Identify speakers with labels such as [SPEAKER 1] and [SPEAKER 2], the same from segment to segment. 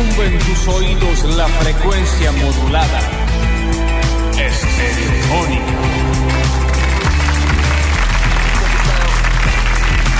[SPEAKER 1] tus oídos la frecuencia modulada. Estereofónica.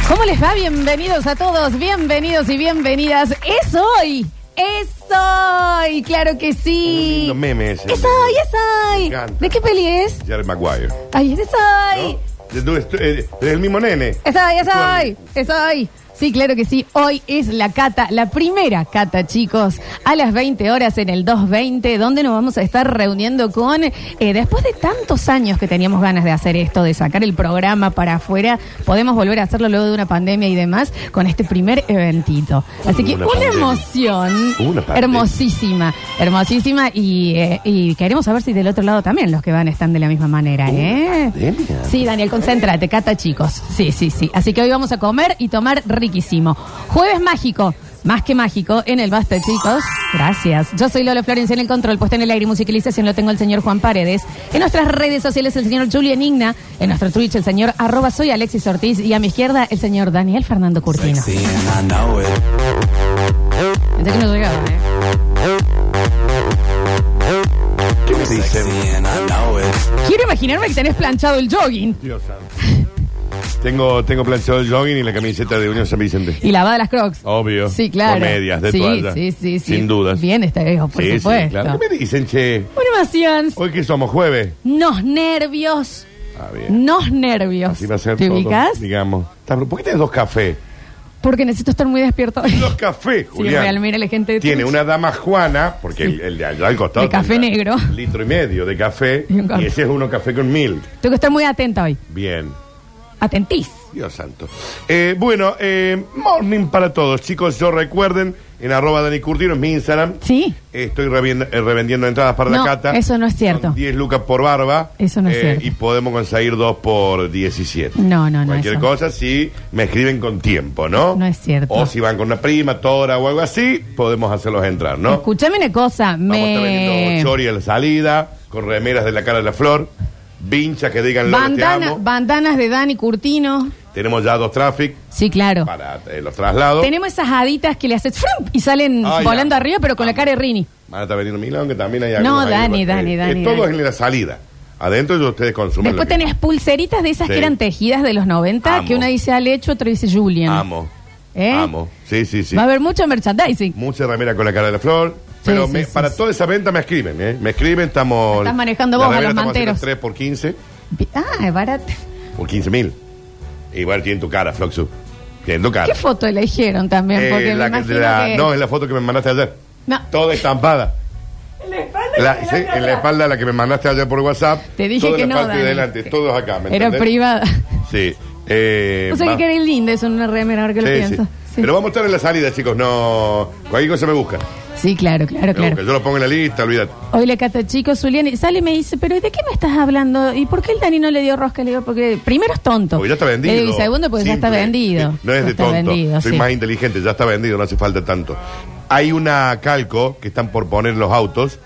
[SPEAKER 2] ¿Cómo les va? Bienvenidos a todos, bienvenidos y bienvenidas. ¡Es hoy! ¡Es hoy! ¡Claro que
[SPEAKER 3] Un
[SPEAKER 2] sí!
[SPEAKER 3] lindo meme ese.
[SPEAKER 2] ¡Es hoy!
[SPEAKER 3] Me
[SPEAKER 2] ¡Es hoy!
[SPEAKER 3] encanta.
[SPEAKER 2] ¿De qué peli es?
[SPEAKER 3] Jared Maguire.
[SPEAKER 2] ¡Ay, es hoy!
[SPEAKER 3] ¿no? De- de- de- eh, Es el mismo nene.
[SPEAKER 2] ¡Es hoy! ¡Es hoy! ¡Es hoy! Sí, claro que sí. Hoy es la cata, la primera cata, chicos, a las 20 horas en el 220, donde nos vamos a estar reuniendo con, eh, después de tantos años que teníamos ganas de hacer esto, de sacar el programa para afuera, podemos volver a hacerlo luego de una pandemia y demás, con este primer eventito. Así que
[SPEAKER 3] Una
[SPEAKER 2] una
[SPEAKER 3] pandemia.
[SPEAKER 2] emoción
[SPEAKER 3] Una pandemia.
[SPEAKER 2] hermosísima, hermosísima, y, eh, y queremos saber si del otro lado también los que van están de la misma manera, ¿eh?
[SPEAKER 3] pandemia.
[SPEAKER 2] Sí, Daniel, concéntrate, cata chicos. Sí, sí, sí. Así que hoy vamos a comer y tomar riquísimo. Jueves mágico, más que mágico, en el Basta, chicos. Gracias. Yo soy Lolo Florencia en el control, puesta en el aire y musicalización lo tengo el señor Juan Paredes. En nuestras redes sociales el señor Julian Igna. En nuestro Twitch el señor arroba soy Alexis Ortiz. Y a mi izquierda el señor Daniel Fernando Curtino.
[SPEAKER 4] Sexy and I know it.
[SPEAKER 2] Pensé que no llegaba, ¿eh?
[SPEAKER 3] ¿Qué me dicen?
[SPEAKER 4] Sexy and I know it.
[SPEAKER 2] Quiero imaginarme que tenés planchado el jogging
[SPEAKER 3] Dios santo. Tengo, tengo planchado el jogging y la camiseta de Unión San Vicente.
[SPEAKER 2] y lavada las crocs.
[SPEAKER 3] Obvio.
[SPEAKER 2] Sí, claro.
[SPEAKER 3] Con medias de
[SPEAKER 2] sí,
[SPEAKER 3] toalla.
[SPEAKER 2] Sí, sí, sí.
[SPEAKER 3] Sin dudas.
[SPEAKER 2] Bien, está, hijo, por
[SPEAKER 3] Sí, sí,
[SPEAKER 2] supuesto.
[SPEAKER 3] claro. ¿Qué me dicen, che?
[SPEAKER 2] Bueno, Macians,
[SPEAKER 3] ¿Hoy que somos? ¿Jueves?
[SPEAKER 2] nos nervios.
[SPEAKER 3] Ah, bien.
[SPEAKER 2] Nos nervios.
[SPEAKER 3] Así va a ser
[SPEAKER 2] ¿Te
[SPEAKER 3] todo,
[SPEAKER 2] ubicas?
[SPEAKER 3] digamos. Está- ¿Por qué tenés dos cafés?
[SPEAKER 2] Porque necesito estar muy despierto hoy.
[SPEAKER 3] Dos cafés,
[SPEAKER 2] Sí,
[SPEAKER 3] Julián.
[SPEAKER 2] real, mira la gente de
[SPEAKER 3] Tiene
[SPEAKER 2] Twitch.
[SPEAKER 3] una dama juana, porque el, el de allá al costado.
[SPEAKER 2] De café
[SPEAKER 3] tendrá
[SPEAKER 2] negro.
[SPEAKER 3] Litro y medio de café.
[SPEAKER 2] Y un café.
[SPEAKER 3] Y ese es uno café con mil.
[SPEAKER 2] Tengo que estar muy atenta hoy.
[SPEAKER 3] Bien.
[SPEAKER 2] Atentís.
[SPEAKER 3] Dios santo. Eh, bueno, eh, morning para todos, chicos. Yo recuerden, en arroba Dani Curtino, es mi Instagram.
[SPEAKER 2] Sí.
[SPEAKER 3] Estoy reviendo- eh, revendiendo entradas para
[SPEAKER 2] No,
[SPEAKER 3] la cata.
[SPEAKER 2] eso no es cierto.
[SPEAKER 3] Son 10 lucas por barba. eh,
[SPEAKER 2] Eso no es cierto.
[SPEAKER 3] Y podemos conseguir dos por 17.
[SPEAKER 2] No, no, no,
[SPEAKER 3] Cualquier
[SPEAKER 2] eso.
[SPEAKER 3] cosa, si me escriben con tiempo, ¿no?
[SPEAKER 2] No es cierto.
[SPEAKER 3] O si van con una prima, tora o algo así, podemos hacerlos entrar, ¿no?
[SPEAKER 2] Escúchame una cosa.
[SPEAKER 3] Vamos a estar
[SPEAKER 2] Me.
[SPEAKER 3] vendiendo chori a la salida, con remeras de la cara de la flor, vinchas que digan lo que te
[SPEAKER 2] Bandana-
[SPEAKER 3] amo.
[SPEAKER 2] bandanas de Dani Curtino.
[SPEAKER 3] Tenemos ya dos traffic
[SPEAKER 2] Sí, claro.
[SPEAKER 3] para eh, los traslados.
[SPEAKER 2] Tenemos esas haditas que le haces frum y salen
[SPEAKER 3] Ay,
[SPEAKER 2] volando
[SPEAKER 3] amo,
[SPEAKER 2] arriba, pero con la
[SPEAKER 3] amo.
[SPEAKER 2] cara de Rini.
[SPEAKER 3] Van a estar vendiendo Milán, que también hay
[SPEAKER 2] No,
[SPEAKER 3] algunos ahí,
[SPEAKER 2] Dani, Dani, Dani,
[SPEAKER 3] Todo
[SPEAKER 2] Dani.
[SPEAKER 3] es en la salida. Adentro yo ustedes consumen.
[SPEAKER 2] Después
[SPEAKER 3] lo que-
[SPEAKER 2] tenés pulseritas de esas
[SPEAKER 3] Sí.
[SPEAKER 2] que eran tejidas de los 90,
[SPEAKER 3] Amo.
[SPEAKER 2] que una dice Alecho, otra dice Julian.
[SPEAKER 3] Amo.
[SPEAKER 2] ¿Eh?
[SPEAKER 3] Amo. Sí, sí, sí.
[SPEAKER 2] Va a haber mucho merchandising.
[SPEAKER 3] Mucha remera con la cara de la flor. Pero
[SPEAKER 2] sí,
[SPEAKER 3] me-
[SPEAKER 2] sí,
[SPEAKER 3] para
[SPEAKER 2] sí.
[SPEAKER 3] toda esa venta me escriben, ¿eh? Me escriben, estamos.
[SPEAKER 2] Estás manejando
[SPEAKER 3] la
[SPEAKER 2] vos a
[SPEAKER 3] remera
[SPEAKER 2] los
[SPEAKER 3] estamos haciendo
[SPEAKER 2] manteros.
[SPEAKER 3] 3 por 15,
[SPEAKER 2] Bi- Ah, es barato.
[SPEAKER 3] por 15 mil. Igual tiene tu cara, Floxu. Tiene tu cara.
[SPEAKER 2] ¿Qué foto eligieron también?
[SPEAKER 3] Eh,
[SPEAKER 2] Porque me
[SPEAKER 3] la-
[SPEAKER 2] imagino
[SPEAKER 3] la-
[SPEAKER 2] que...
[SPEAKER 3] No, es la foto que me mandaste ayer.
[SPEAKER 2] No.
[SPEAKER 3] Toda estampada. La- sí, en la espalda la que me mandaste ayer por WhatsApp.
[SPEAKER 2] Te dije
[SPEAKER 3] toda
[SPEAKER 2] que
[SPEAKER 3] la
[SPEAKER 2] no,
[SPEAKER 3] parte de
[SPEAKER 2] Dani.
[SPEAKER 3] delante, todos acá. ¿me
[SPEAKER 2] Era
[SPEAKER 3] entendés?
[SPEAKER 2] privada.
[SPEAKER 3] Sí. Eh,
[SPEAKER 2] No sé
[SPEAKER 3] va.
[SPEAKER 2] que era linda eso en una remera, ahora que lo
[SPEAKER 3] Sí,
[SPEAKER 2] pienso.
[SPEAKER 3] sí.
[SPEAKER 2] Sí.
[SPEAKER 3] Pero vamos a estar en la salida, chicos. No. Cualquier cosa me busca.
[SPEAKER 2] Sí, claro, claro,
[SPEAKER 3] Me busca.
[SPEAKER 2] claro.
[SPEAKER 3] Yo lo pongo en la lista, olvídate.
[SPEAKER 2] Hoy le cata chico Zuliani sale y me dice, pero ¿de qué me estás hablando? ¿Y por qué el Dani no le dio rosca? Le digo, porque primero es tonto.
[SPEAKER 3] Porque ya está vendido.
[SPEAKER 2] Le digo, y segundo, porque ya está
[SPEAKER 3] Simple.
[SPEAKER 2] vendido.
[SPEAKER 3] No
[SPEAKER 2] Ya
[SPEAKER 3] es de
[SPEAKER 2] está
[SPEAKER 3] tonto.
[SPEAKER 2] vendido,
[SPEAKER 3] Soy
[SPEAKER 2] sí.
[SPEAKER 3] más inteligente, ya está vendido, no hace falta tanto. Hay una calco que están por poner en los autos.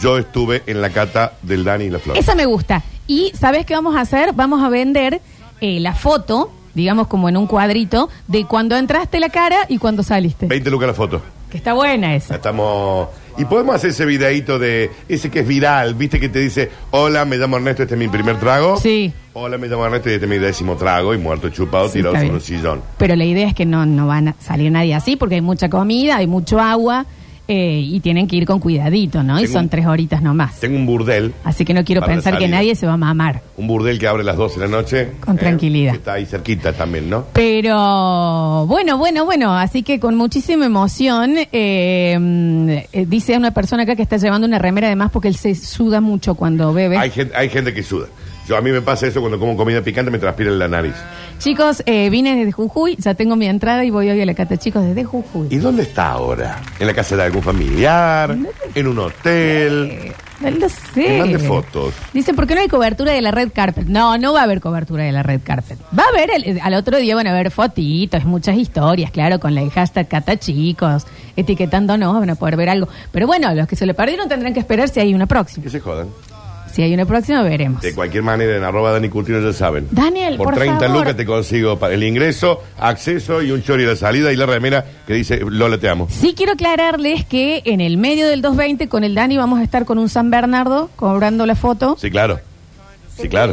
[SPEAKER 3] Yo estuve en la cata del Dani y la Flor.
[SPEAKER 2] Esa me gusta. Y ¿sabes qué vamos a hacer? Vamos a vender eh, la foto, digamos como en un cuadrito, de cuando entraste la cara y cuando saliste.
[SPEAKER 3] 20 lucas la foto.
[SPEAKER 2] Que está buena esa.
[SPEAKER 3] Estamos. Y podemos hacer ese videíto de. Ese que es viral, ¿viste? Que te dice: Hola, me llamo Ernesto, este es mi primer trago.
[SPEAKER 2] Sí.
[SPEAKER 3] Hola, me llamo Ernesto y este es mi décimo trago. Y muerto chupado,
[SPEAKER 2] Sí,
[SPEAKER 3] tirado
[SPEAKER 2] está
[SPEAKER 3] sobre
[SPEAKER 2] bien.
[SPEAKER 3] un sillón.
[SPEAKER 2] Pero la idea es que no, no van a salir nadie así porque hay mucha comida, hay mucho agua eh, y tienen que ir con cuidadito, ¿no? Y
[SPEAKER 3] Tengo
[SPEAKER 2] son
[SPEAKER 3] un-
[SPEAKER 2] tres horitas nomás.
[SPEAKER 3] Tengo un burdel.
[SPEAKER 2] Así que no quiero
[SPEAKER 3] para la
[SPEAKER 2] pensar que
[SPEAKER 3] salida.
[SPEAKER 2] nadie se va a mamar.
[SPEAKER 3] Un burdel que abre a las 12 de la noche. eh,
[SPEAKER 2] Con tranquilidad.
[SPEAKER 3] que está ahí cerquita también, ¿no?
[SPEAKER 2] Pero bueno, bueno, bueno, así que con muchísima emoción, eh, eh, dice una persona acá que está llevando una remera además porque él se suda mucho cuando bebe.
[SPEAKER 3] Hay gente, hay gente que suda. Yo, a mí me pasa eso cuando como comida picante, me transpira en la nariz.
[SPEAKER 2] Chicos, eh, vine desde Jujuy, ya tengo mi entrada y voy hoy a la cata, chicos, desde Jujuy.
[SPEAKER 3] ¿Y dónde está ahora? ¿En la casa de algún familiar? ¿En un hotel?
[SPEAKER 2] No lo
[SPEAKER 3] Que
[SPEAKER 2] sé.
[SPEAKER 3] mande fotos.
[SPEAKER 2] Dice, ¿por qué no hay cobertura de la red carpet? No, no va a haber cobertura de la red carpet. Va a haber, el- al otro día van a haber fotitos, muchas historias, claro, con la hashtag catachicos, etiquetándonos, van a poder ver algo. Pero bueno, los que se lo perdieron tendrán que esperar si hay una próxima.
[SPEAKER 3] Que se jodan.
[SPEAKER 2] Si hay una próxima, veremos.
[SPEAKER 3] De cualquier manera, en arroba Dani Curtino ya saben.
[SPEAKER 2] Daniel, por
[SPEAKER 3] 30
[SPEAKER 2] favor.
[SPEAKER 3] lucas te consigo para el ingreso, acceso y un chori a la salida y la remera que dice Lola te amo.
[SPEAKER 2] Sí quiero aclararles que en el medio del 220 con el Dani vamos a estar con un San Bernardo cobrando la foto.
[SPEAKER 3] Sí, claro. Sí, claro.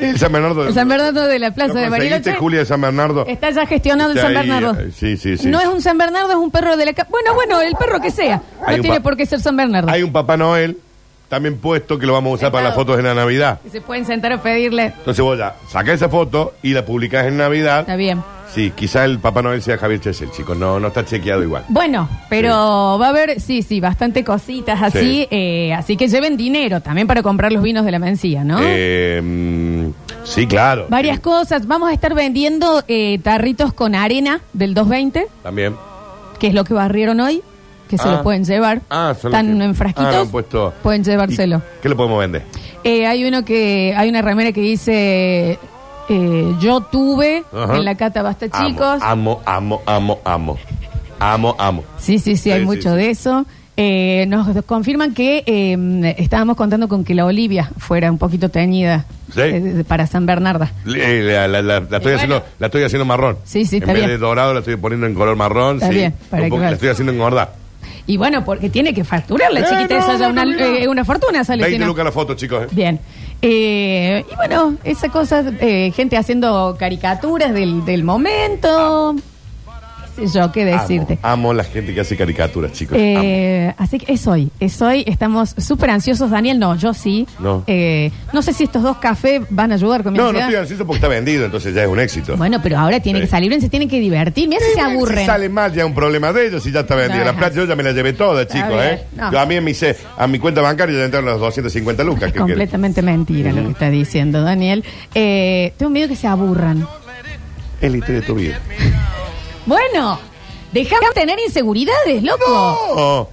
[SPEAKER 3] El San Bernardo.
[SPEAKER 2] El San Bernardo de ¿eh? la Plaza
[SPEAKER 3] ¿Lo
[SPEAKER 2] de
[SPEAKER 3] conseguiste,
[SPEAKER 2] Bariloche.
[SPEAKER 3] Julia de San Bernardo.
[SPEAKER 2] Está ya gestionado el
[SPEAKER 3] Está
[SPEAKER 2] San
[SPEAKER 3] ahí,
[SPEAKER 2] Bernardo.
[SPEAKER 3] eh, sí, sí, sí.
[SPEAKER 2] No es un San Bernardo, es un perro de la casa. Bueno, bueno, el perro que sea. No
[SPEAKER 3] Hay un
[SPEAKER 2] tiene
[SPEAKER 3] pa-
[SPEAKER 2] por qué ser San Bernardo.
[SPEAKER 3] Hay un Papá Noel también puesto que lo vamos a usar para las
[SPEAKER 2] Sentado.
[SPEAKER 3] fotos de la Navidad.
[SPEAKER 2] Que se pueden sentar a pedirle.
[SPEAKER 3] Entonces vos ya sacás esa foto y la publicás en Navidad.
[SPEAKER 2] Está bien.
[SPEAKER 3] Sí, quizá el Papá Noel sea Javier Chesel, chicos. No, no está chequeado igual.
[SPEAKER 2] Bueno, pero va a haber, sí, sí, bastante cositas así.
[SPEAKER 3] Sí.
[SPEAKER 2] eh, así que lleven dinero también para comprar los vinos de la mencía, ¿no?
[SPEAKER 3] Eh, mm, sí, claro.
[SPEAKER 2] Varias
[SPEAKER 3] Sí,
[SPEAKER 2] cosas. Vamos a estar vendiendo eh, tarritos con arena del 220,
[SPEAKER 3] También.
[SPEAKER 2] que es lo que barrieron hoy, que se
[SPEAKER 3] Ah.
[SPEAKER 2] lo pueden llevar.
[SPEAKER 3] Ah, son los
[SPEAKER 2] Están
[SPEAKER 3] que-
[SPEAKER 2] en
[SPEAKER 3] Ah,
[SPEAKER 2] frasquitos.
[SPEAKER 3] lo han puesto.
[SPEAKER 2] Pueden llevárselo.
[SPEAKER 3] ¿Y ¿Qué lo podemos vender?
[SPEAKER 2] Eh, hay uno que hay una remera que dice eh, yo tuve
[SPEAKER 3] Ajá.
[SPEAKER 2] en la cata basta
[SPEAKER 3] Amo,
[SPEAKER 2] chicos.
[SPEAKER 3] Amo, amo, amo, amo. Amo, amo.
[SPEAKER 2] Sí, sí, sí, hay
[SPEAKER 3] Sí, sí,
[SPEAKER 2] mucho
[SPEAKER 3] sí.
[SPEAKER 2] de eso. Eh, nos confirman que eh, estábamos contando con que la Olivia fuera un poquito teñida
[SPEAKER 3] Sí.
[SPEAKER 2] eh, para San Bernarda.
[SPEAKER 3] Le- La, la- la- la estoy
[SPEAKER 2] Y
[SPEAKER 3] haciendo,
[SPEAKER 2] bueno.
[SPEAKER 3] la estoy haciendo marrón.
[SPEAKER 2] Sí, sí, está
[SPEAKER 3] En vez
[SPEAKER 2] bien.
[SPEAKER 3] de dorado la estoy poniendo en color marrón.
[SPEAKER 2] Está
[SPEAKER 3] sí.
[SPEAKER 2] bien, para
[SPEAKER 3] Un
[SPEAKER 2] que
[SPEAKER 3] poco-
[SPEAKER 2] veas.
[SPEAKER 3] la estoy haciendo engordar.
[SPEAKER 2] Y bueno, porque tiene que facturar la
[SPEAKER 3] Eh,
[SPEAKER 2] chiquita
[SPEAKER 3] no,
[SPEAKER 2] esa ya
[SPEAKER 3] no,
[SPEAKER 2] una,
[SPEAKER 3] no, mira.
[SPEAKER 2] eh, una fortuna sale.
[SPEAKER 3] 20
[SPEAKER 2] si no.
[SPEAKER 3] lucas la foto, chicos. eh.
[SPEAKER 2] Bien. Eh, y bueno, esa cosa, eh, gente haciendo caricaturas del, del momento. Qué sé yo, qué
[SPEAKER 3] Ah. Amo,
[SPEAKER 2] decirte.
[SPEAKER 3] Amo, la gente que hace caricaturas, chicos. Amo.
[SPEAKER 2] Eh, así que es hoy, es hoy. Estamos súper ansiosos, Daniel. No, yo sí.
[SPEAKER 3] No.
[SPEAKER 2] Eh, no sé si estos dos cafés van a ayudar con mi
[SPEAKER 3] No, no
[SPEAKER 2] ansiedad.
[SPEAKER 3] estoy ansioso porque está vendido, entonces ya es un éxito.
[SPEAKER 2] Bueno, pero ahora tiene
[SPEAKER 3] Sí.
[SPEAKER 2] que salir bien, se tienen que divertir. Mira si se aburren.
[SPEAKER 3] Si sale mal, ya es un problema de ellos y ya está vendida.
[SPEAKER 2] No,
[SPEAKER 3] la
[SPEAKER 2] es
[SPEAKER 3] plata
[SPEAKER 2] así.
[SPEAKER 3] yo ya me la llevé toda, chicos,
[SPEAKER 2] bien,
[SPEAKER 3] ¿eh?
[SPEAKER 2] no.
[SPEAKER 3] Yo a mí en mi, ce- a mi cuenta bancaria ya entraron los 250 lucas.
[SPEAKER 2] es
[SPEAKER 3] ¿qué querés?
[SPEAKER 2] completamente mentira lo que está diciendo Daniel. Eh, tengo miedo que se aburran.
[SPEAKER 3] Es la historia de tu vida.
[SPEAKER 2] Bueno, dejamos tener inseguridades, loco.
[SPEAKER 3] ¡No!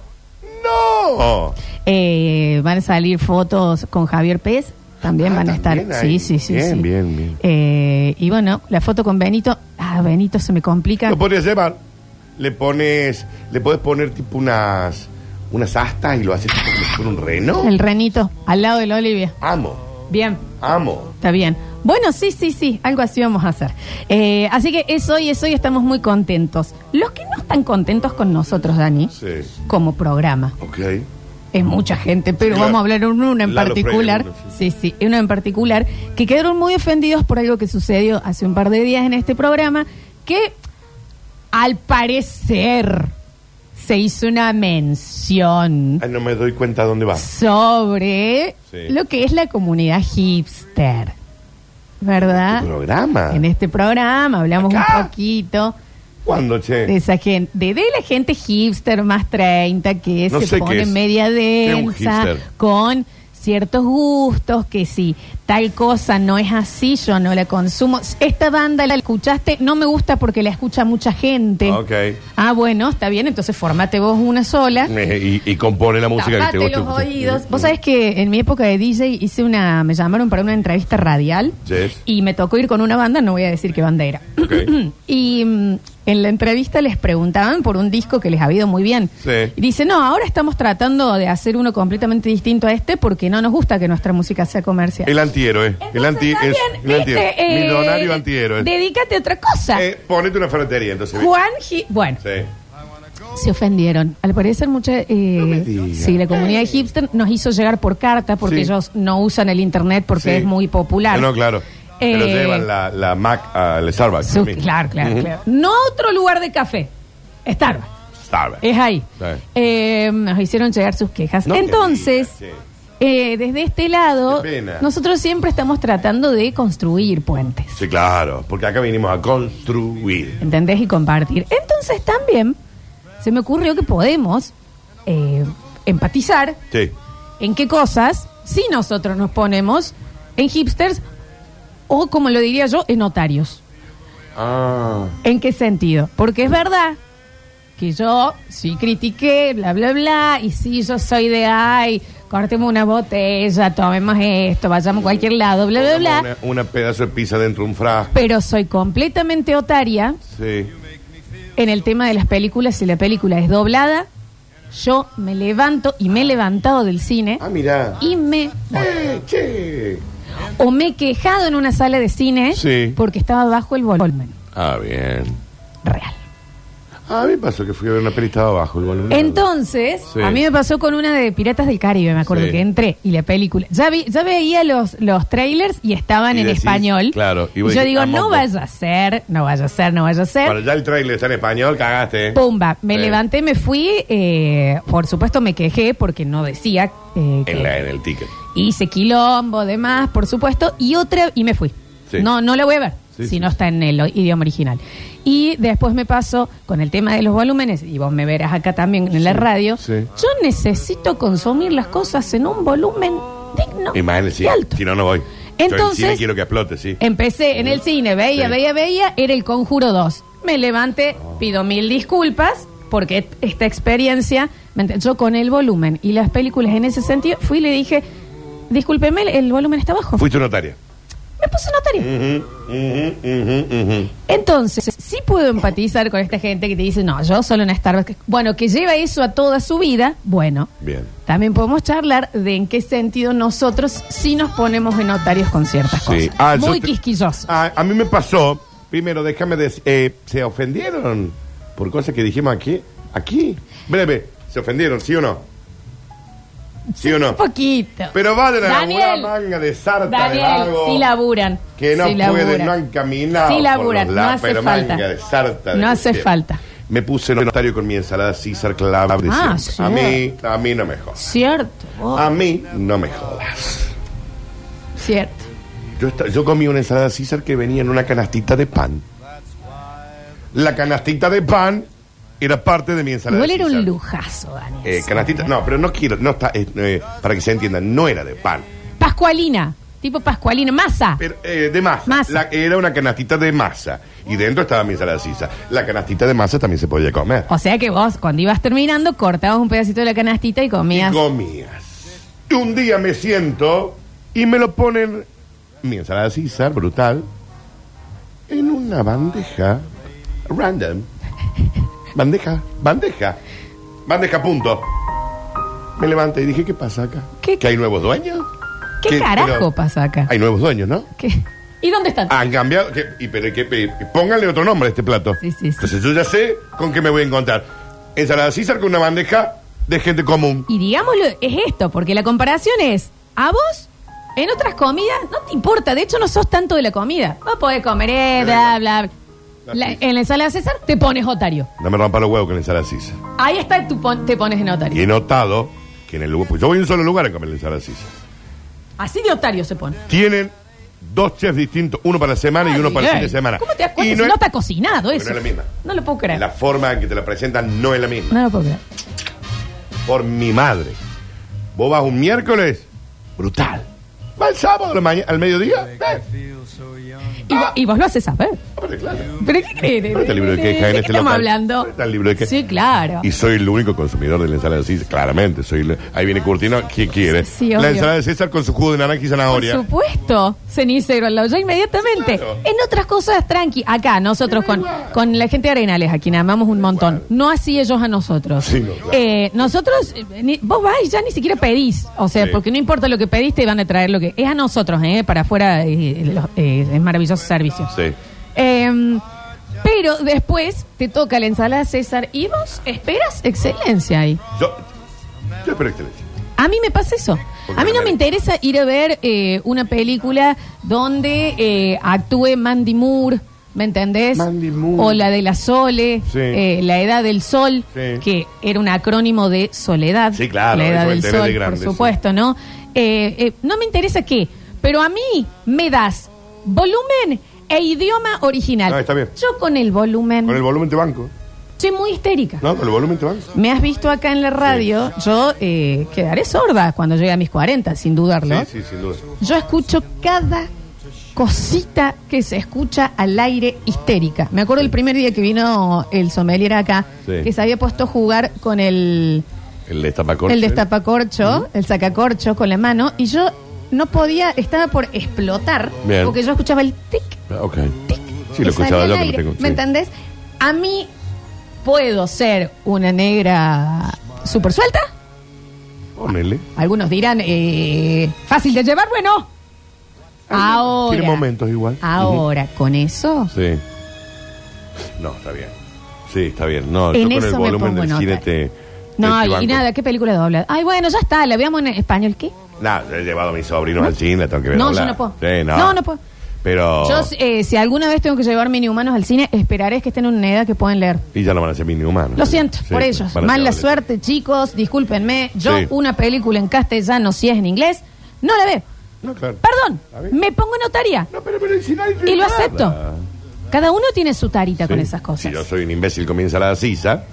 [SPEAKER 3] Oh. ¡No!
[SPEAKER 2] Eh, van a salir fotos con Javier Pérez. También
[SPEAKER 3] Ah,
[SPEAKER 2] van a estar.
[SPEAKER 3] también ahí.
[SPEAKER 2] Sí, sí, sí.
[SPEAKER 3] Bien,
[SPEAKER 2] sí.
[SPEAKER 3] bien, bien.
[SPEAKER 2] Eh, y bueno, la foto con Benito. Ah, Benito se me complica.
[SPEAKER 3] Lo podrías llevar. Le pones. Le podés poner tipo unas. Unas astas y lo haces tipo como si fuera un reno.
[SPEAKER 2] El renito, al lado de la Olivia.
[SPEAKER 3] Amo.
[SPEAKER 2] Bien,
[SPEAKER 3] Amo.
[SPEAKER 2] está bien. Bueno, sí, sí, sí, algo así vamos a hacer. Eh, así que es hoy, es hoy, estamos muy contentos. Los que no están contentos con nosotros, Dani,
[SPEAKER 3] Sí.
[SPEAKER 2] como programa,
[SPEAKER 3] Ok.
[SPEAKER 2] es mucha gente, pero
[SPEAKER 3] Claro.
[SPEAKER 2] vamos a hablar de una en
[SPEAKER 3] Lalo
[SPEAKER 2] particular.
[SPEAKER 3] Freire, uno,
[SPEAKER 2] Sí, sí, uno en particular, que quedaron muy ofendidos por algo que sucedió hace un par de días en este programa, que al parecer se hizo una mención
[SPEAKER 3] Ay, no me doy cuenta dónde va.
[SPEAKER 2] sobre
[SPEAKER 3] Sí.
[SPEAKER 2] lo que es la comunidad hipster. ¿Verdad?
[SPEAKER 3] ¿En este programa?
[SPEAKER 2] Ah, En este programa hablamos
[SPEAKER 3] ¿Acá?
[SPEAKER 2] un poquito
[SPEAKER 3] ¿Cuándo,
[SPEAKER 2] de
[SPEAKER 3] che?
[SPEAKER 2] esa gente, de, de la gente hipster más 30 que
[SPEAKER 3] No sé
[SPEAKER 2] se
[SPEAKER 3] qué
[SPEAKER 2] pone
[SPEAKER 3] es.
[SPEAKER 2] media
[SPEAKER 3] ¿Qué es un
[SPEAKER 2] densa
[SPEAKER 3] hipster?
[SPEAKER 2] con ciertos gustos que si tal cosa no es así, yo no la consumo. Esta banda la escuchaste, no me gusta porque la escucha mucha gente.
[SPEAKER 3] Ok.
[SPEAKER 2] Ah, bueno, está bien, entonces formate vos una sola.
[SPEAKER 3] Eh, Y, y compone la música
[SPEAKER 2] Tapate
[SPEAKER 3] que te
[SPEAKER 2] los
[SPEAKER 3] gusta. Mm.
[SPEAKER 2] oídos. Vos sabés que en mi época de DJ hice una, me llamaron para una entrevista radial
[SPEAKER 3] Yes.
[SPEAKER 2] y me tocó ir con una banda, no voy a decir qué banda era.
[SPEAKER 3] Ok.
[SPEAKER 2] y mm, en la entrevista les preguntaban por un disco que les había ido muy bien.
[SPEAKER 3] Sí.
[SPEAKER 2] Y dice, no, ahora estamos tratando de hacer uno completamente distinto a este porque no nos gusta que nuestra música sea comercial.
[SPEAKER 3] El antihéroe. el anti
[SPEAKER 2] Entonces,
[SPEAKER 3] es,
[SPEAKER 2] también,
[SPEAKER 3] el antihéroe.
[SPEAKER 2] viste, eh,
[SPEAKER 3] Millonario antihéroe.
[SPEAKER 2] Dedícate a otra cosa.
[SPEAKER 3] Eh, ponete una ferretería entonces.
[SPEAKER 2] Juan Gi- Bueno,
[SPEAKER 3] Sí.
[SPEAKER 2] se ofendieron. Al parecer, mucha. eh,
[SPEAKER 3] me digas.
[SPEAKER 2] sí, la comunidad hipster nos hizo llegar por carta porque
[SPEAKER 3] Sí.
[SPEAKER 2] ellos no usan el internet porque
[SPEAKER 3] Sí.
[SPEAKER 2] es muy popular.
[SPEAKER 3] No, no, claro. Pero
[SPEAKER 2] Eh,
[SPEAKER 3] llevan la, la Mac al Starbucks.
[SPEAKER 2] su-
[SPEAKER 3] también.
[SPEAKER 2] claro, claro,
[SPEAKER 3] Ujú.
[SPEAKER 2] claro. No otro lugar de café. Starbucks.
[SPEAKER 3] Starbucks.
[SPEAKER 2] Es ahí.
[SPEAKER 3] Sí.
[SPEAKER 2] Eh, nos hicieron llegar sus quejas.
[SPEAKER 3] No me
[SPEAKER 2] Entonces.
[SPEAKER 3] digas,
[SPEAKER 2] eh, desde este lado,
[SPEAKER 3] Qué pena.
[SPEAKER 2] nosotros siempre estamos tratando de construir puentes.
[SPEAKER 3] Sí, claro. Porque acá vinimos a construir.
[SPEAKER 2] ¿Entendés? Y compartir. Entonces también se me ocurrió que podemos eh, empatizar
[SPEAKER 3] Sí.
[SPEAKER 2] en qué cosas, si nosotros nos ponemos en hipsters o, como lo diría yo, en notarios.
[SPEAKER 3] Ah.
[SPEAKER 2] ¿En qué sentido? Porque es verdad que yo sí critiqué, bla, bla, bla, y sí, yo soy de, ay, cortemos una botella, tomemos esto, vayamos a cualquier lado, bla, bla, bla.
[SPEAKER 3] Una, una pedazo de pizza dentro de un frasco.
[SPEAKER 2] Pero soy completamente otaria
[SPEAKER 3] Sí.
[SPEAKER 2] en el tema de las películas. Si la película es doblada, Yo me levanto y me he levantado del cine
[SPEAKER 3] Ah, mira.
[SPEAKER 2] y me
[SPEAKER 3] Eh, che.
[SPEAKER 2] o me he quejado en una sala de cine
[SPEAKER 3] Sí.
[SPEAKER 2] porque estaba bajo el volumen
[SPEAKER 3] Ah, bien.
[SPEAKER 2] real.
[SPEAKER 3] Ah, a mí pasó que fui a ver una peli y estaba abajo. el volumen.
[SPEAKER 2] Entonces,
[SPEAKER 3] Sí.
[SPEAKER 2] a mí me pasó con una de Piratas del Caribe, me acuerdo
[SPEAKER 3] Sí.
[SPEAKER 2] que entré y la película. Ya, vi- ya veía los, los trailers y estaban
[SPEAKER 3] Y
[SPEAKER 2] en
[SPEAKER 3] decís,
[SPEAKER 2] español.
[SPEAKER 3] claro, y
[SPEAKER 2] Y
[SPEAKER 3] vos
[SPEAKER 2] yo
[SPEAKER 3] decís,
[SPEAKER 2] digo,
[SPEAKER 3] "Ah,
[SPEAKER 2] no
[SPEAKER 3] moco".
[SPEAKER 2] vaya a ser, no vaya a ser, no vaya a ser.
[SPEAKER 3] Cuando ya el trailer está en español, cagaste. ¿eh?
[SPEAKER 2] Pumba, me
[SPEAKER 3] Sí.
[SPEAKER 2] levanté, me fui. eh, por supuesto, me quejé porque no decía. eh, que
[SPEAKER 3] En, la, en el ticket.
[SPEAKER 2] Hice quilombo, demás, por supuesto. Y otra, y me fui.
[SPEAKER 3] Sí.
[SPEAKER 2] No, no la voy a ver
[SPEAKER 3] Sí,
[SPEAKER 2] si
[SPEAKER 3] sí.
[SPEAKER 2] no está en el o- idioma original. Y después me paso con el tema de los volúmenes, y vos me verás acá también en la radio.
[SPEAKER 3] sí.
[SPEAKER 2] Yo necesito consumir las cosas en un volumen digno
[SPEAKER 3] Imagínate,
[SPEAKER 2] y
[SPEAKER 3] sí.
[SPEAKER 2] alto.
[SPEAKER 3] Si no, no voy. Yo en
[SPEAKER 2] Entonces- em-
[SPEAKER 3] cine quiero que explote, sí.
[SPEAKER 2] Empecé en el cine, veía,
[SPEAKER 3] Sí. Ah.
[SPEAKER 2] veía, veía, era el Conjuro 2. Me levanté, pido mil disculpas porque et- esta experiencia, me ent- yo con el volumen y las películas en ese sentido, fui y le dije, discúlpeme, el- el volumen está bajo.
[SPEAKER 3] Fuiste notaria.
[SPEAKER 2] Me puse notario.
[SPEAKER 3] Ujú, ujú, ujú, ujú.
[SPEAKER 2] Entonces, sí puedo empatizar con esta gente que te dice, no, yo solo en Starbucks. Bueno, que lleva eso a toda su vida, bueno.
[SPEAKER 3] Bien.
[SPEAKER 2] También podemos charlar de en qué sentido nosotros sí nos ponemos en notarios con ciertas
[SPEAKER 3] Sí.
[SPEAKER 2] cosas.
[SPEAKER 3] Ah, yo
[SPEAKER 2] Muy
[SPEAKER 3] te-
[SPEAKER 2] quisquillosos.
[SPEAKER 3] Ah, a mí me pasó, primero déjame decir, ¿se ofendieron por cosas que dijimos aquí? Aquí. Breve, ¿se ofendieron, sí o no? ¿Sí o no?
[SPEAKER 2] Un poquito.
[SPEAKER 3] Pero va de la
[SPEAKER 2] Daniel,
[SPEAKER 3] labura manga de sarta de
[SPEAKER 2] Daniel,
[SPEAKER 3] vago,
[SPEAKER 2] sí laburan.
[SPEAKER 3] Que no
[SPEAKER 2] sí
[SPEAKER 3] pueden,
[SPEAKER 2] laburan.
[SPEAKER 3] no han caminado.
[SPEAKER 2] Sí laburan,
[SPEAKER 3] por los
[SPEAKER 2] no
[SPEAKER 3] lados,
[SPEAKER 2] hace
[SPEAKER 3] pero
[SPEAKER 2] falta.
[SPEAKER 3] manga de sarta de
[SPEAKER 2] no hace
[SPEAKER 3] cuestión.
[SPEAKER 2] falta.
[SPEAKER 3] Me puse notario con mi ensalada César Clava. de
[SPEAKER 2] Ah,
[SPEAKER 3] siempre.
[SPEAKER 2] sí.
[SPEAKER 3] A mí, a mí no me jodas.
[SPEAKER 2] Cierto, vos,
[SPEAKER 3] A mí no me jodas.
[SPEAKER 2] cierto.
[SPEAKER 3] Yo, esta- yo comí una ensalada César que venía en una canastita de pan. La canastita de pan era parte de mi ensalada.
[SPEAKER 2] Igual era un
[SPEAKER 3] César.
[SPEAKER 2] lujazo, Daniel.
[SPEAKER 3] Eh, canastita, no, pero no quiero, no está, eh, eh, para que se entienda, no era de pan.
[SPEAKER 2] Pascualina, tipo Pascualina, masa.
[SPEAKER 3] Pero, eh, de masa.
[SPEAKER 2] Masa.
[SPEAKER 3] La- era una canastita de masa. Y dentro estaba mi ensalada César. La canastita de masa también se podía comer.
[SPEAKER 2] O sea que vos, cuando ibas terminando, cortabas un pedacito de la canastita y comías.
[SPEAKER 3] Y comías. Y un día me siento y me lo ponen, mi ensalada César, brutal, en una bandeja random. Bandeja, bandeja, bandeja punto. Me levanté y dije, ¿qué pasa acá?
[SPEAKER 2] ¿Qué-
[SPEAKER 3] ¿Que hay nuevos dueños?
[SPEAKER 2] ¿Qué
[SPEAKER 3] Que-
[SPEAKER 2] carajo
[SPEAKER 3] pero-
[SPEAKER 2] pasó acá?
[SPEAKER 3] Hay nuevos dueños, ¿no?
[SPEAKER 2] ¿Qué? ¿Y dónde están?
[SPEAKER 3] Han cambiado. que- y, pero, que- pe- pónganle otro nombre a este plato.
[SPEAKER 2] Sí, sí, sí.
[SPEAKER 3] Entonces yo ya sé con qué me voy a encontrar. Ensalada César con una bandeja de gente común.
[SPEAKER 2] Y digámoslo, es esto, porque la comparación es: a vos, en otras comidas, no te importa. De hecho, no sos tanto de la comida. Vos podés comer, eh, bla, bla, bla.
[SPEAKER 3] La
[SPEAKER 2] La-
[SPEAKER 3] pizza.
[SPEAKER 2] en la ensalada César te pones otario.
[SPEAKER 3] No me rompa los huevos con la ensalada César.
[SPEAKER 2] Ahí está, tú pon- te pones en
[SPEAKER 3] Y
[SPEAKER 2] otario.
[SPEAKER 3] he notado que en el lugar, pues yo voy a un solo lugar a comer la ensalada César.
[SPEAKER 2] Así de otario se pone.
[SPEAKER 3] Tienen dos chefs distintos, uno para la semana y uno para el fin de semana.
[SPEAKER 2] ¿Cómo te das
[SPEAKER 3] Y
[SPEAKER 2] cuenta?
[SPEAKER 3] no
[SPEAKER 2] si
[SPEAKER 3] es-
[SPEAKER 2] no está cocinado
[SPEAKER 3] Porque
[SPEAKER 2] eso.
[SPEAKER 3] no es la misma.
[SPEAKER 2] No lo puedo creer.
[SPEAKER 3] La forma en que te la presentan no es la misma.
[SPEAKER 2] No lo puedo creer.
[SPEAKER 3] Por mi madre. Vos vas un miércoles, brutal. Va el sábado a la maña- al mediodía, eh,
[SPEAKER 2] Y,
[SPEAKER 3] Ah.
[SPEAKER 2] vos, y vos lo haces saber.
[SPEAKER 3] hombre, claro.
[SPEAKER 2] ¿Pero qué crees?
[SPEAKER 3] ¿Dónde está el libro de queja en
[SPEAKER 2] qué
[SPEAKER 3] este
[SPEAKER 2] estamos
[SPEAKER 3] local?
[SPEAKER 2] hablando?
[SPEAKER 3] ¿Dónde está el libro de queja?
[SPEAKER 2] Sí, claro.
[SPEAKER 3] Y soy el único consumidor de la ensalada de César, claramente. Soy el- ahí viene Curtino, ¿qué quiere?
[SPEAKER 2] Sí, sí, obvio.
[SPEAKER 3] la ensalada de César con su jugo de naranja
[SPEAKER 2] Por
[SPEAKER 3] y zanahoria.
[SPEAKER 2] supuesto, cenicero al lado, ya inmediatamente.
[SPEAKER 3] Claro.
[SPEAKER 2] En otras cosas, tranqui. Acá, nosotros con, con la gente de Arenales, a quien amamos un montón. No así ellos a nosotros.
[SPEAKER 3] Sí, no, claro.
[SPEAKER 2] Eh, nosotros, eh, ni- vos vas y ya ni siquiera pedís. O sea,
[SPEAKER 3] Sí.
[SPEAKER 2] porque no importa lo que pediste, van a traer lo que. Es a nosotros, ¿eh? Para afuera, eh, los- eh, es maravilloso servicio.
[SPEAKER 3] Sí.
[SPEAKER 2] Eh, pero después te toca la ensalada César y vos esperas excelencia ahí.
[SPEAKER 3] Yo, yo espero excelencia.
[SPEAKER 2] A mí me pasa eso.
[SPEAKER 3] Porque
[SPEAKER 2] A mí no
[SPEAKER 3] también-
[SPEAKER 2] me interesa ir a ver eh, una película donde eh, actúe Mandy Moore, ¿me entendés?
[SPEAKER 3] Mandy Moore.
[SPEAKER 2] O la de la Sole,
[SPEAKER 3] Sí.
[SPEAKER 2] eh, la Edad del Sol,
[SPEAKER 3] Sí.
[SPEAKER 2] que era un acrónimo de soledad.
[SPEAKER 3] Sí, claro,
[SPEAKER 2] La
[SPEAKER 3] eso
[SPEAKER 2] Edad
[SPEAKER 3] me
[SPEAKER 2] del
[SPEAKER 3] enteré de
[SPEAKER 2] Sol,
[SPEAKER 3] grande, sí.
[SPEAKER 2] por supuesto, ¿no? Eh, eh, no me interesa qué, pero a mí me das volumen e idioma original.
[SPEAKER 3] No, está bien.
[SPEAKER 2] Yo con el volumen
[SPEAKER 3] Con el volumen te banco.
[SPEAKER 2] soy muy histérica.
[SPEAKER 3] No, con el volumen te banco.
[SPEAKER 2] Me has visto acá en la radio, yo eh, quedaré sorda cuando llegue a mis 40, sin dudarlo.
[SPEAKER 3] Sí, sí, sin duda.
[SPEAKER 2] Yo escucho cada cosita que se escucha al aire histérica. Me acuerdo el primer día que vino el sommelier acá,
[SPEAKER 3] Sí.
[SPEAKER 2] que se había puesto a jugar con el,
[SPEAKER 3] El ¿eh? destapacorcho.
[SPEAKER 2] el destapacorcho, el sacacorcho con la mano, y yo no podía, estaba por explotar,
[SPEAKER 3] Bien.
[SPEAKER 2] porque yo escuchaba el tic,
[SPEAKER 3] Ah, Ok.
[SPEAKER 2] tic.
[SPEAKER 3] Sí,
[SPEAKER 2] que
[SPEAKER 3] lo escuchaba
[SPEAKER 2] salía
[SPEAKER 3] yo
[SPEAKER 2] al
[SPEAKER 3] que me
[SPEAKER 2] aire.
[SPEAKER 3] tengo.
[SPEAKER 2] ¿Me
[SPEAKER 3] sí.
[SPEAKER 2] entendés? A mí puedo ser una negra ¿Súper suelta?
[SPEAKER 3] Ponele.
[SPEAKER 2] Algunos dirán, eh, fácil de llevar, bueno. Ahora.
[SPEAKER 3] Tiene momentos igual.
[SPEAKER 2] Ahora, con eso,
[SPEAKER 3] Sí. No, está bien. Sí, está bien. No,
[SPEAKER 2] En
[SPEAKER 3] yo con el
[SPEAKER 2] eso me
[SPEAKER 3] volumen
[SPEAKER 2] pongo
[SPEAKER 3] del
[SPEAKER 2] nota.
[SPEAKER 3] cine te.
[SPEAKER 2] No,
[SPEAKER 3] te- te
[SPEAKER 2] y,
[SPEAKER 3] Este banco.
[SPEAKER 2] y nada, ¿qué película dobla? Ay, bueno, ya está, la veamos en español, ¿qué?
[SPEAKER 3] Nada, yo he llevado a mis sobrinos al cine, la tengo que ver.
[SPEAKER 2] No,
[SPEAKER 3] doblar.
[SPEAKER 2] yo no puedo.
[SPEAKER 3] Sí, no.
[SPEAKER 2] No, no puedo.
[SPEAKER 3] Pero.
[SPEAKER 2] Yo, eh, si alguna vez tengo que llevar mini humanos al cine, esperaré que estén en una edad que pueden leer.
[SPEAKER 3] Y ya no van a ser mini humanos.
[SPEAKER 2] Lo siento,
[SPEAKER 3] Sí,
[SPEAKER 2] por
[SPEAKER 3] sí,
[SPEAKER 2] ellos.
[SPEAKER 3] van a ser
[SPEAKER 2] Mala
[SPEAKER 3] adolescentes.
[SPEAKER 2] suerte, chicos, discúlpenme. Yo,
[SPEAKER 3] Sí.
[SPEAKER 2] una película en castellano, si es en inglés, no la veo.
[SPEAKER 3] No, claro.
[SPEAKER 2] Perdón,
[SPEAKER 3] A ver.
[SPEAKER 2] me pongo notaria
[SPEAKER 3] No, pero, pero si nadie
[SPEAKER 2] y
[SPEAKER 3] tiene
[SPEAKER 2] lo
[SPEAKER 3] nada.
[SPEAKER 2] acepto. Cada uno tiene su tarita
[SPEAKER 3] Sí.
[SPEAKER 2] con esas cosas.
[SPEAKER 3] Si yo soy un imbécil con mi ensalada sisa,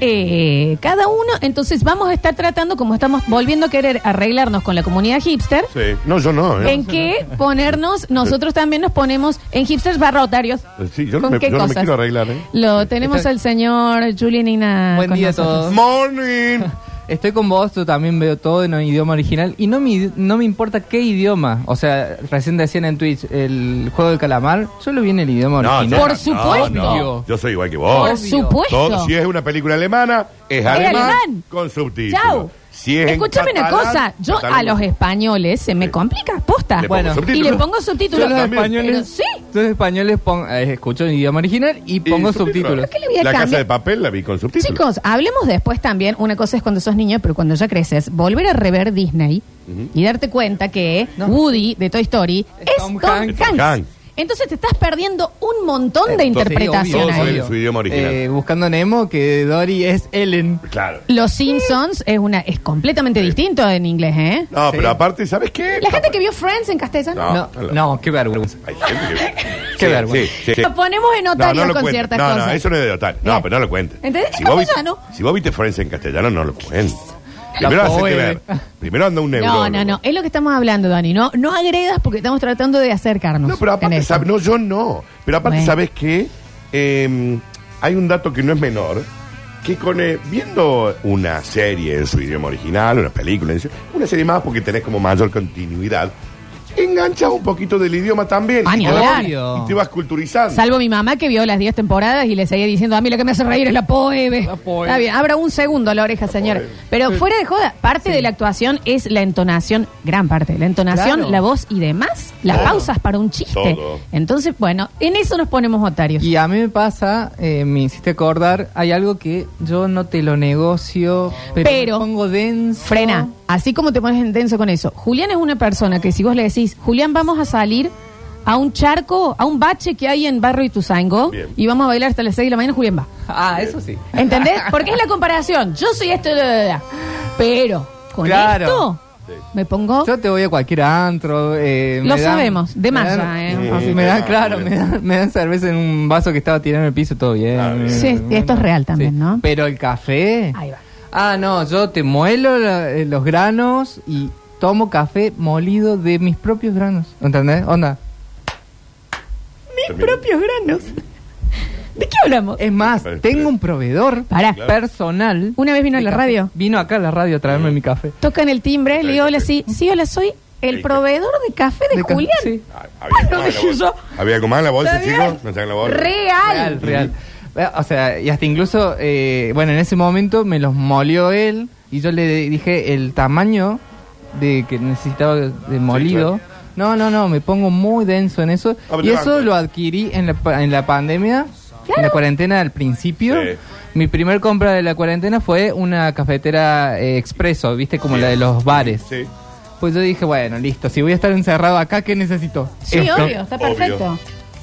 [SPEAKER 2] Eh, cada uno, entonces vamos a estar tratando, como estamos volviendo a querer arreglarnos con la comunidad hipster,
[SPEAKER 3] sí. No, yo no, ¿eh?
[SPEAKER 2] en qué ponernos, nosotros también nos ponemos en hipsters barrotarios.
[SPEAKER 3] Eh, Sí, yo no me- yo no me quiero arreglar, ¿eh?
[SPEAKER 2] Lo tenemos al señor Julian Igna.
[SPEAKER 5] Buen
[SPEAKER 2] con
[SPEAKER 5] día a
[SPEAKER 2] nosotros.
[SPEAKER 5] todos.
[SPEAKER 3] Morning.
[SPEAKER 5] Estoy con vos, yo también veo todo en el idioma original y no me, no me importa qué idioma. O sea, recién decían en Twitch el juego del calamar, solo viene el idioma
[SPEAKER 3] yo-
[SPEAKER 5] original.
[SPEAKER 2] Por supuesto.
[SPEAKER 3] no. Yo soy igual que
[SPEAKER 2] Por
[SPEAKER 3] vos.
[SPEAKER 2] supuesto.
[SPEAKER 3] Oh. Todo- si es una película alemana, es alemán,
[SPEAKER 2] alemán.
[SPEAKER 3] con subtítulos.
[SPEAKER 2] Chau.
[SPEAKER 3] Si es en
[SPEAKER 2] Escúchame una
[SPEAKER 3] catalán,
[SPEAKER 2] cosa, yo
[SPEAKER 3] catalán-
[SPEAKER 2] a los españoles se me
[SPEAKER 3] Sí.
[SPEAKER 2] complica, posta.
[SPEAKER 3] Le pongo
[SPEAKER 5] Bueno.
[SPEAKER 2] y
[SPEAKER 3] subtítulos.
[SPEAKER 2] le pongo subtítulos.
[SPEAKER 5] Yo los
[SPEAKER 3] también.
[SPEAKER 2] Pero
[SPEAKER 5] españoles,
[SPEAKER 2] sí.
[SPEAKER 5] los españoles pon- eh, escucho en idioma original y
[SPEAKER 3] Y
[SPEAKER 5] pongo subtítulos.
[SPEAKER 2] qué le voy a
[SPEAKER 3] La
[SPEAKER 2] cambiar?
[SPEAKER 3] casa de papel la vi con subtítulos.
[SPEAKER 2] Chicos, hablemos después también. Una cosa es cuando sos niño, pero cuando ya creces, volver a rever Disney y darte cuenta que
[SPEAKER 5] No.
[SPEAKER 2] Woody de Toy Story es, Tom, Hanks.
[SPEAKER 5] Es
[SPEAKER 3] Tom Hanks.
[SPEAKER 2] Entonces te estás perdiendo un montón de interpretación
[SPEAKER 3] obvio,
[SPEAKER 2] ahí.
[SPEAKER 3] obvio. en su idioma original.
[SPEAKER 5] Eh, buscando Nemo, que Dory es Ellen.
[SPEAKER 3] Claro.
[SPEAKER 2] Los Simpsons es una es completamente distinto en inglés, ¿eh?
[SPEAKER 3] No,
[SPEAKER 5] Sí.
[SPEAKER 3] pero aparte, ¿sabes qué?
[SPEAKER 2] La gente que vio Friends en castellano.
[SPEAKER 3] No,
[SPEAKER 5] No,
[SPEAKER 3] claro.
[SPEAKER 5] no, qué vergüenza.
[SPEAKER 3] Hay gente que...
[SPEAKER 5] Qué vergüenza.
[SPEAKER 3] Sí, sí, sí.
[SPEAKER 2] Nos ponemos en
[SPEAKER 3] No, no
[SPEAKER 2] notarios
[SPEAKER 3] lo
[SPEAKER 2] con
[SPEAKER 3] cuentes.
[SPEAKER 2] ciertas
[SPEAKER 3] No,
[SPEAKER 2] cosas.
[SPEAKER 3] no, eso no es de notar.
[SPEAKER 2] Bien.
[SPEAKER 3] No, pero no lo cuentes.
[SPEAKER 2] ¿Entendés? Es
[SPEAKER 3] vos viste,
[SPEAKER 2] castellano.
[SPEAKER 3] si vos viste Friends en castellano, no lo cuentes. Primero
[SPEAKER 5] Tampoco
[SPEAKER 3] hacete ver.
[SPEAKER 5] es.
[SPEAKER 3] Primero anda un neurólogo.
[SPEAKER 2] No, no, no. Es lo que estamos hablando, Dani. No, no agredas porque estamos tratando de acercarnos.
[SPEAKER 3] No, pero aparte,
[SPEAKER 2] en eso.
[SPEAKER 3] sab- no, yo no. Pero aparte,
[SPEAKER 2] Bueno.
[SPEAKER 3] ¿sabes qué? Eh, hay un dato que no es menor, que con eh, viendo una serie en su idioma original, una película, en su- una serie más porque tenés como mayor continuidad, enganchas un poquito del idioma también.
[SPEAKER 2] Ah,
[SPEAKER 3] y,
[SPEAKER 2] ni
[SPEAKER 3] te vas,
[SPEAKER 2] hablar.
[SPEAKER 5] Obvio.
[SPEAKER 3] y te vas culturizando.
[SPEAKER 2] Salvo mi mamá que vio las 10 temporadas y le seguía diciendo, a mí lo que me hace reír es la poebe.
[SPEAKER 5] La poebe.
[SPEAKER 2] Está bien, abra un segundo la oreja, señora. Pero fuera de joda, parte de la actuación es la entonación, gran parte, la entonación,
[SPEAKER 5] Claro.
[SPEAKER 2] la voz y demás, las
[SPEAKER 3] Todo.
[SPEAKER 2] pausas para un chiste.
[SPEAKER 3] Todo.
[SPEAKER 2] Entonces, bueno, en eso nos ponemos otarios.
[SPEAKER 5] Y a mí me pasa, eh, me hiciste acordar, hay algo que yo no te lo negocio, pero,
[SPEAKER 2] Pero-
[SPEAKER 5] me pongo denso.
[SPEAKER 2] Frena, así como te pones intenso con eso. Julián es una persona que si vos le decís, Julián, vamos a salir a un charco, a un bache que hay en Barro y Tuzango,
[SPEAKER 3] Bien.
[SPEAKER 2] y vamos a bailar hasta las 6 de la mañana, Julián va.
[SPEAKER 5] Ah, eso sí.
[SPEAKER 2] ¿Entendés? Porque es la comparación. Yo soy esto, bla, bla, bla. pero con
[SPEAKER 5] Claro.
[SPEAKER 2] esto me pongo.
[SPEAKER 5] Yo te voy a cualquier antro. eh,
[SPEAKER 2] Lo
[SPEAKER 5] me
[SPEAKER 2] sabemos, de
[SPEAKER 5] me
[SPEAKER 2] masa,
[SPEAKER 5] dan-
[SPEAKER 2] eh.
[SPEAKER 5] Así
[SPEAKER 3] Sí,
[SPEAKER 5] me
[SPEAKER 3] de
[SPEAKER 5] dan,
[SPEAKER 3] masa,
[SPEAKER 5] claro,
[SPEAKER 3] bien.
[SPEAKER 5] me dan, me dan cerveza en un vaso que estaba tirando en el piso, todo bien.
[SPEAKER 3] Ah, bien.
[SPEAKER 2] Sí, y esto es real también, ¿no?
[SPEAKER 5] Pero el café.
[SPEAKER 2] Ahí va.
[SPEAKER 5] Ah, no, yo te muelo la- eh, los granos y tomo café molido de mis propios granos. ¿Entendés? Onda.
[SPEAKER 3] Termino.
[SPEAKER 2] granos. ¿De qué hablamos?
[SPEAKER 5] Es más,
[SPEAKER 3] Pero-
[SPEAKER 5] tengo un proveedor
[SPEAKER 2] Pará.
[SPEAKER 5] personal.
[SPEAKER 2] Una vez vino a
[SPEAKER 5] de
[SPEAKER 2] la
[SPEAKER 5] café.
[SPEAKER 2] radio,
[SPEAKER 5] Vino acá a la radio a traerme mi café.
[SPEAKER 2] tocan el timbre, le digo, hola, sí, sí, hola, soy el
[SPEAKER 3] Sí.
[SPEAKER 2] proveedor de café de,
[SPEAKER 5] De ca-
[SPEAKER 2] Julián.
[SPEAKER 5] sí.
[SPEAKER 3] Ah, Había
[SPEAKER 2] Bueno,
[SPEAKER 3] algo más en la
[SPEAKER 2] dije
[SPEAKER 3] bolsa. Había algo más en la bolsa,
[SPEAKER 2] Está bien.
[SPEAKER 3] chicos. No sacan la bolsa.
[SPEAKER 2] Real.
[SPEAKER 5] Real, real. Eh, O sea, y hasta incluso, eh, bueno, en ese momento me los molió él y yo le dije el tamaño de que necesitaba de molido.
[SPEAKER 3] claro.
[SPEAKER 5] No, no, no, me pongo muy denso en eso.
[SPEAKER 3] Ah, pero
[SPEAKER 5] y
[SPEAKER 3] te
[SPEAKER 5] eso
[SPEAKER 3] banco.
[SPEAKER 5] lo adquirí en la, pa- en la pandemia, en la cuarentena al principio.
[SPEAKER 3] Sí.
[SPEAKER 5] Mi primer compra de la cuarentena fue una cafetera eh, expreso, viste, como
[SPEAKER 3] Sí.
[SPEAKER 5] la de los bares.
[SPEAKER 3] Sí.
[SPEAKER 2] Ah.
[SPEAKER 5] Pues yo dije, bueno, listo, si voy a estar encerrado acá, ¿qué necesito?
[SPEAKER 2] Sí,
[SPEAKER 5] Esto.
[SPEAKER 2] obvio, está
[SPEAKER 3] Obvio.
[SPEAKER 2] perfecto.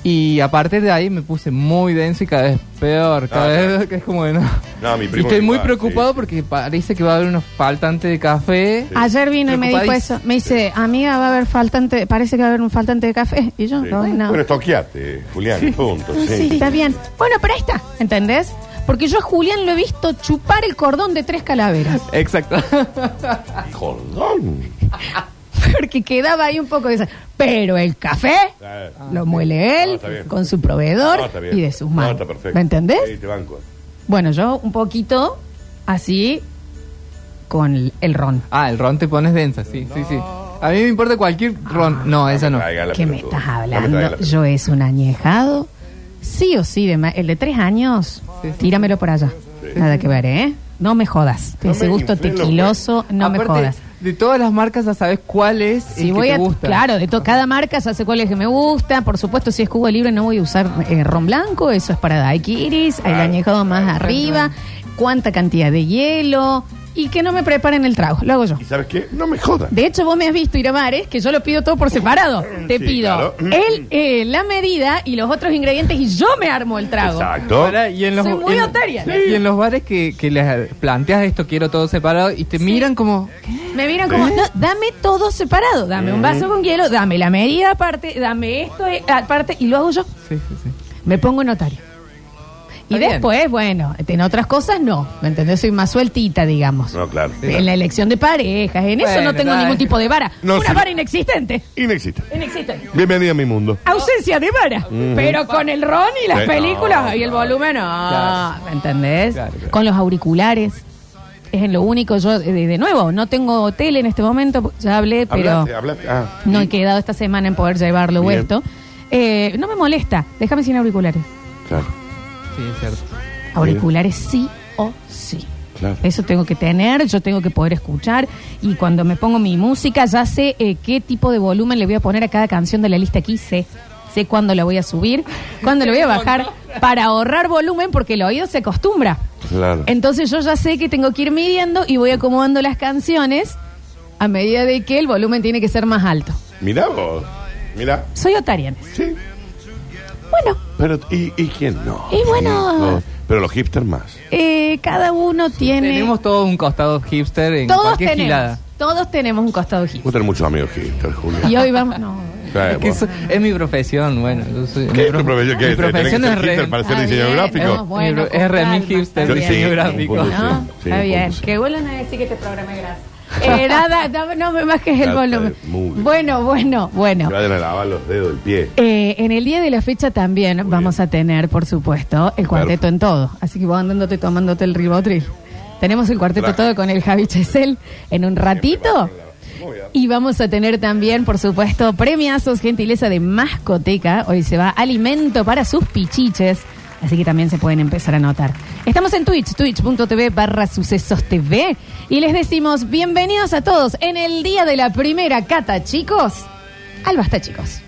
[SPEAKER 5] Y aparte de ahí me puse muy denso y cada vez peor, cada
[SPEAKER 3] Ah,
[SPEAKER 5] vez que es como de no.
[SPEAKER 3] No, mi
[SPEAKER 5] Y
[SPEAKER 3] primo
[SPEAKER 5] estoy muy
[SPEAKER 3] igual,
[SPEAKER 5] preocupado
[SPEAKER 3] sí, sí.
[SPEAKER 5] porque parece que va a haber unos faltantes de café.
[SPEAKER 2] Ayer vino y me dijo
[SPEAKER 5] Preocupadísimo.
[SPEAKER 2] eso. Me dice, amiga, va a haber faltante, parece que va a haber un faltante de café. Y yo,
[SPEAKER 3] Sí.
[SPEAKER 2] bueno.
[SPEAKER 3] Bueno, estoqueaste, Julián. Punto.
[SPEAKER 2] Ah, Sí,
[SPEAKER 3] Sí.
[SPEAKER 2] está bien. Bueno, pero ahí está, ¿entendés? Porque yo a Julián lo he visto chupar el cordón de tres calaveras.
[SPEAKER 5] Exacto.
[SPEAKER 3] Cordón.
[SPEAKER 2] Porque quedaba ahí un poco de esa. Pero el café
[SPEAKER 3] Ah,
[SPEAKER 2] lo muele
[SPEAKER 3] No,
[SPEAKER 2] él
[SPEAKER 3] está bien.
[SPEAKER 2] con su
[SPEAKER 3] No,
[SPEAKER 2] proveedor
[SPEAKER 3] está bien.
[SPEAKER 2] y de sus
[SPEAKER 3] No,
[SPEAKER 2] manos.
[SPEAKER 3] está perfecto.
[SPEAKER 2] ¿Me entendés?
[SPEAKER 3] Sí, te banco.
[SPEAKER 2] Bueno, yo un poquito así con el, el ron.
[SPEAKER 5] ah, el ron te pones densa, sí, sí, sí. A mí me importa cualquier ron. No,
[SPEAKER 3] Ah,
[SPEAKER 5] esa no.
[SPEAKER 3] Traiga la
[SPEAKER 2] ¿Qué me
[SPEAKER 3] pelotuda.
[SPEAKER 2] estás
[SPEAKER 3] No me
[SPEAKER 2] hablando?
[SPEAKER 3] traiga la
[SPEAKER 2] yo es un añejado. Sí o sí, de ma- el de tres años,
[SPEAKER 5] Sí, sí.
[SPEAKER 2] tíramelo por allá.
[SPEAKER 3] Sí.
[SPEAKER 2] Nada que ver, ¿eh? No me jodas.
[SPEAKER 3] No
[SPEAKER 2] Ese
[SPEAKER 3] me
[SPEAKER 2] gusto
[SPEAKER 3] inflé los
[SPEAKER 2] tequiloso, no me
[SPEAKER 5] Aparte,
[SPEAKER 2] jodas.
[SPEAKER 5] De todas las marcas ya sabes cuál es el
[SPEAKER 2] Si
[SPEAKER 5] que
[SPEAKER 2] voy
[SPEAKER 5] te
[SPEAKER 2] a,
[SPEAKER 5] gusta.
[SPEAKER 2] claro, de to- cada marca ya sé cuál es que me gusta. Por supuesto, si es Cuba Libre no voy a usar eh, ron blanco, eso es para daiquiris, el añejado más arriba, cuánta cantidad de hielo y que no me preparen el trago, lo hago yo.
[SPEAKER 3] ¿Y sabes qué? No me jodas.
[SPEAKER 2] De hecho, vos me has visto ir a bares que yo lo pido todo por separado. Te
[SPEAKER 3] Sí,
[SPEAKER 2] pido
[SPEAKER 3] claro.
[SPEAKER 2] el, eh, la medida y los otros ingredientes y yo me armo el trago.
[SPEAKER 3] Exacto.
[SPEAKER 5] Pará, y en los,
[SPEAKER 2] Soy muy
[SPEAKER 5] y en-
[SPEAKER 2] otaria.
[SPEAKER 5] sí. Y en los bares que, que les planteas esto, quiero todo separado, y te miran como.
[SPEAKER 2] Me miran como, no, dame todo separado. Dame un vaso con hielo, dame la medida aparte, dame esto eh, aparte y lo hago yo.
[SPEAKER 5] Sí, sí, sí.
[SPEAKER 2] Me pongo notario. Y
[SPEAKER 5] Está bien.
[SPEAKER 2] después, bueno, en otras cosas no. ¿Me entendés? Soy más sueltita, digamos.
[SPEAKER 3] No, claro.
[SPEAKER 2] En la elección de parejas, en eso
[SPEAKER 5] Bueno,
[SPEAKER 2] no tengo
[SPEAKER 5] dale.
[SPEAKER 2] ningún tipo de vara.
[SPEAKER 3] No,
[SPEAKER 2] Una
[SPEAKER 3] sí.
[SPEAKER 2] vara inexistente.
[SPEAKER 3] Inexistente.
[SPEAKER 2] Inexistente.
[SPEAKER 3] Bienvenida a mi mundo.
[SPEAKER 2] Ausencia de vara. Pero con el ron y las
[SPEAKER 3] Sí, no,
[SPEAKER 2] películas y el
[SPEAKER 3] no.
[SPEAKER 2] volumen, no.
[SPEAKER 5] Claro.
[SPEAKER 2] ¿Me entendés?
[SPEAKER 5] Claro, claro.
[SPEAKER 2] Con los auriculares. Es en lo único. Yo, eh, de, de nuevo, no tengo tele en este momento. Ya hablé, pero.
[SPEAKER 3] Hablaste, hablaste. Ah.
[SPEAKER 2] No he quedado esta semana en poder llevarlo
[SPEAKER 3] Bien.
[SPEAKER 2] puesto. Eh, no me molesta. Déjame sin auriculares.
[SPEAKER 3] Claro,
[SPEAKER 5] Sí, es cierto.
[SPEAKER 2] Auriculares sí o sí.
[SPEAKER 3] claro.
[SPEAKER 2] Eso tengo que tener, yo tengo que poder escuchar y cuando me pongo mi música ya sé eh, qué tipo de volumen le voy a poner a cada canción de la lista que hice. Sé cuándo la voy a subir, cuándo la voy a bajar para ahorrar volumen porque el oído se acostumbra.
[SPEAKER 3] Claro.
[SPEAKER 2] Entonces yo ya sé que tengo que ir midiendo y voy acomodando las canciones a medida de que el volumen tiene que ser más alto.
[SPEAKER 3] Mirá vos. Mirá.
[SPEAKER 2] Soy otariana.
[SPEAKER 3] Sí.
[SPEAKER 2] Bueno,
[SPEAKER 3] Pero, ¿y, y quién no?
[SPEAKER 2] Y bueno.
[SPEAKER 3] Sí, Pero los hipsters más.
[SPEAKER 2] Eh, cada uno tiene.
[SPEAKER 5] Tenemos todo un costado hipster en
[SPEAKER 2] todos
[SPEAKER 5] cualquier
[SPEAKER 2] tenemos.
[SPEAKER 5] gilada.
[SPEAKER 2] Todos tenemos un costado hipster.
[SPEAKER 3] Vos tenés muchos amigos hipsters, Julio.
[SPEAKER 2] Y hoy vamos. No.
[SPEAKER 3] Sí,
[SPEAKER 5] Es, que
[SPEAKER 3] vos.
[SPEAKER 5] eso- es mi profesión, bueno. yo soy- mi
[SPEAKER 3] ¿Qué es
[SPEAKER 5] profe-
[SPEAKER 3] tu profesión? ¿Qué
[SPEAKER 5] mi
[SPEAKER 3] es? ¿Tenés que
[SPEAKER 5] profesión
[SPEAKER 3] ser
[SPEAKER 5] es re-
[SPEAKER 3] hipster para ser
[SPEAKER 2] Está
[SPEAKER 3] diseñador
[SPEAKER 2] bien,
[SPEAKER 3] gráfico?
[SPEAKER 2] no, bueno,
[SPEAKER 5] Es
[SPEAKER 2] con
[SPEAKER 5] re
[SPEAKER 2] calma,
[SPEAKER 5] mil hipster,
[SPEAKER 2] está
[SPEAKER 5] sí,
[SPEAKER 2] bien.
[SPEAKER 5] gráfico.
[SPEAKER 2] ¿No?
[SPEAKER 3] Sí, sí,
[SPEAKER 2] está
[SPEAKER 3] un
[SPEAKER 2] bien.
[SPEAKER 3] poco sí.
[SPEAKER 2] Que vuelvan a decir que te programé gracias. Eh, nada, no, no me bajes el
[SPEAKER 3] Trata de
[SPEAKER 2] volumen.
[SPEAKER 3] muy bien.
[SPEAKER 2] Bueno, bueno, bueno.
[SPEAKER 3] Que vayan a lavar los dedos del pie.
[SPEAKER 2] Eh, en el día de la fecha también vamos a tener, por supuesto, el cuarteto en todo. Así que vos andándote tomándote el ribotril. Tenemos el cuarteto
[SPEAKER 3] Traje.
[SPEAKER 2] todo con el Javi Chesel en un ratito.
[SPEAKER 3] Muy bien.
[SPEAKER 2] Y vamos a tener también, por supuesto, premiazos, gentileza de mascoteca. Hoy se va alimento para sus pichiches. Así que también se pueden empezar a anotar. Estamos en Twitch, twitch.tv barra sucesos TV. Y les decimos bienvenidos a todos en el día de la primera cata, chicos. Al basta, chicos.